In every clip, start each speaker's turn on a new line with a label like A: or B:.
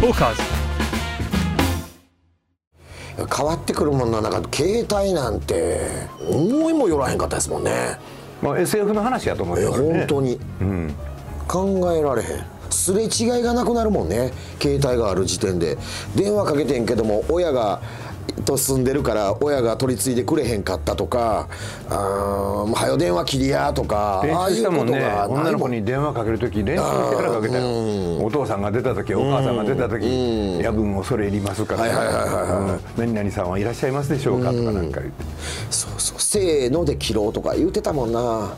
A: トーカーズ
B: 変わってくるもんな中で携帯なんて思いもよらへんかったですもんね
C: まあ、SF の話やと思う
B: え
C: けどね
B: 本当に、考えられへんすれ違いがなくなるもんね携帯がある時点で電話かけてんけども親がと住んでるから親が取り継いでくれへんかったとか「あーもうはよ電話切りや」とか
C: 練
B: ああ
C: 習
B: い
C: し
B: う
C: た
B: こと
C: もん
B: が
C: ね
B: ないもん
C: 女の子に電話かけるとき練習してからかけたよお父さんが出たときお母さんが出たとき夜分恐れ入りますか
B: はいはいはいはい
C: ら何々さんはいらっしゃいますでしょうかとかなんか言って
B: そうそう「せーの」で切ろうとか言うてたもんな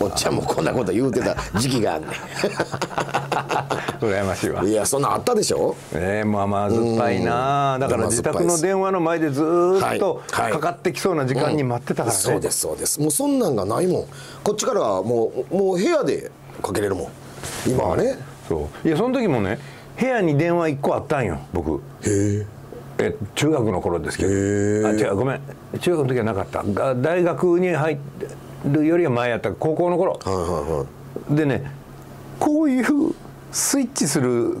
B: おっちゃんもこんなこと言うてた時期があんね
C: 羨ましいわ
B: んいやそんなんあったでしょ
C: ええまあまあ酸っぱいなだから
B: まあ
C: 自
B: 酸っぱい
C: 宅
B: です
C: の電話の前でずーっと
B: はいはい
C: かかってきそうな時間に待ってたからね
B: そうですそうですもうそんなんがないもんこっちからはもうもう部屋でかけれるもん今はね
C: そういやその時もね部屋に電話1個あったんよ僕
B: へえ
C: え中学の頃ですけどあ違うごめん中学の時はなかったが大学に入るよりは前やった高校の頃
B: はいはいはい
C: でねこういうスイッチする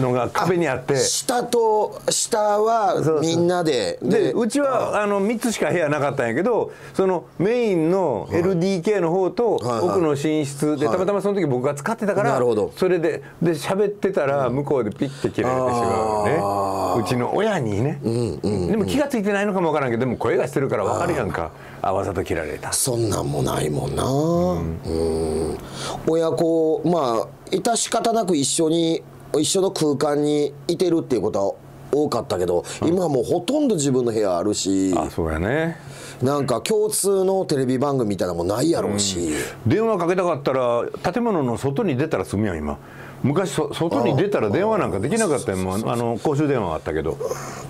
C: のが壁にあって
B: 下と下
C: そう
B: は
C: そう
B: みんなで
C: でう
B: う
C: ちはあの3つしか部屋なかったんやけどそのメインの LDK の方と
B: はいはい
C: 奥の寝室で
B: はい
C: たまたまその時僕が使ってたから
B: なるほど
C: それでで喋ってたら向こうでピッて切られてしまうねうちの親にねでも気が付いてないのかもわからんけどでも声がしてるからわかるやんかあわざと切られた
B: そんなんもないもんなうん親子まあ致し方なく一緒に一緒の空間にいてるっていうことは多かったけど、今はもうほとんど自分の部屋あるし
C: あそうやね
B: なんか共通のテレビ番組みたいなのもないやろうし、
C: 電話かけたかったら建物の外に出たら済むやん今昔そ外に出たら電話なんかできなかったやんもうあの公衆電話があったけど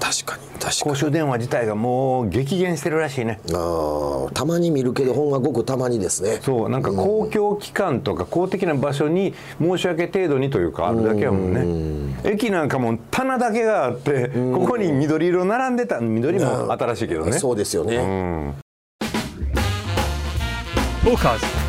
B: 確かに確かに
C: 公衆電話自体がもう激減してるらしいね
B: あーたまに見るけどほんまごくたまにですね
C: そうなんか公共機関とか公的な場所に申し訳程度にというかあるだけやもんね駅なんかも棚だけがあってここに緑色並んでた緑も新しいけどね
B: そうですよね、
A: トーカーズ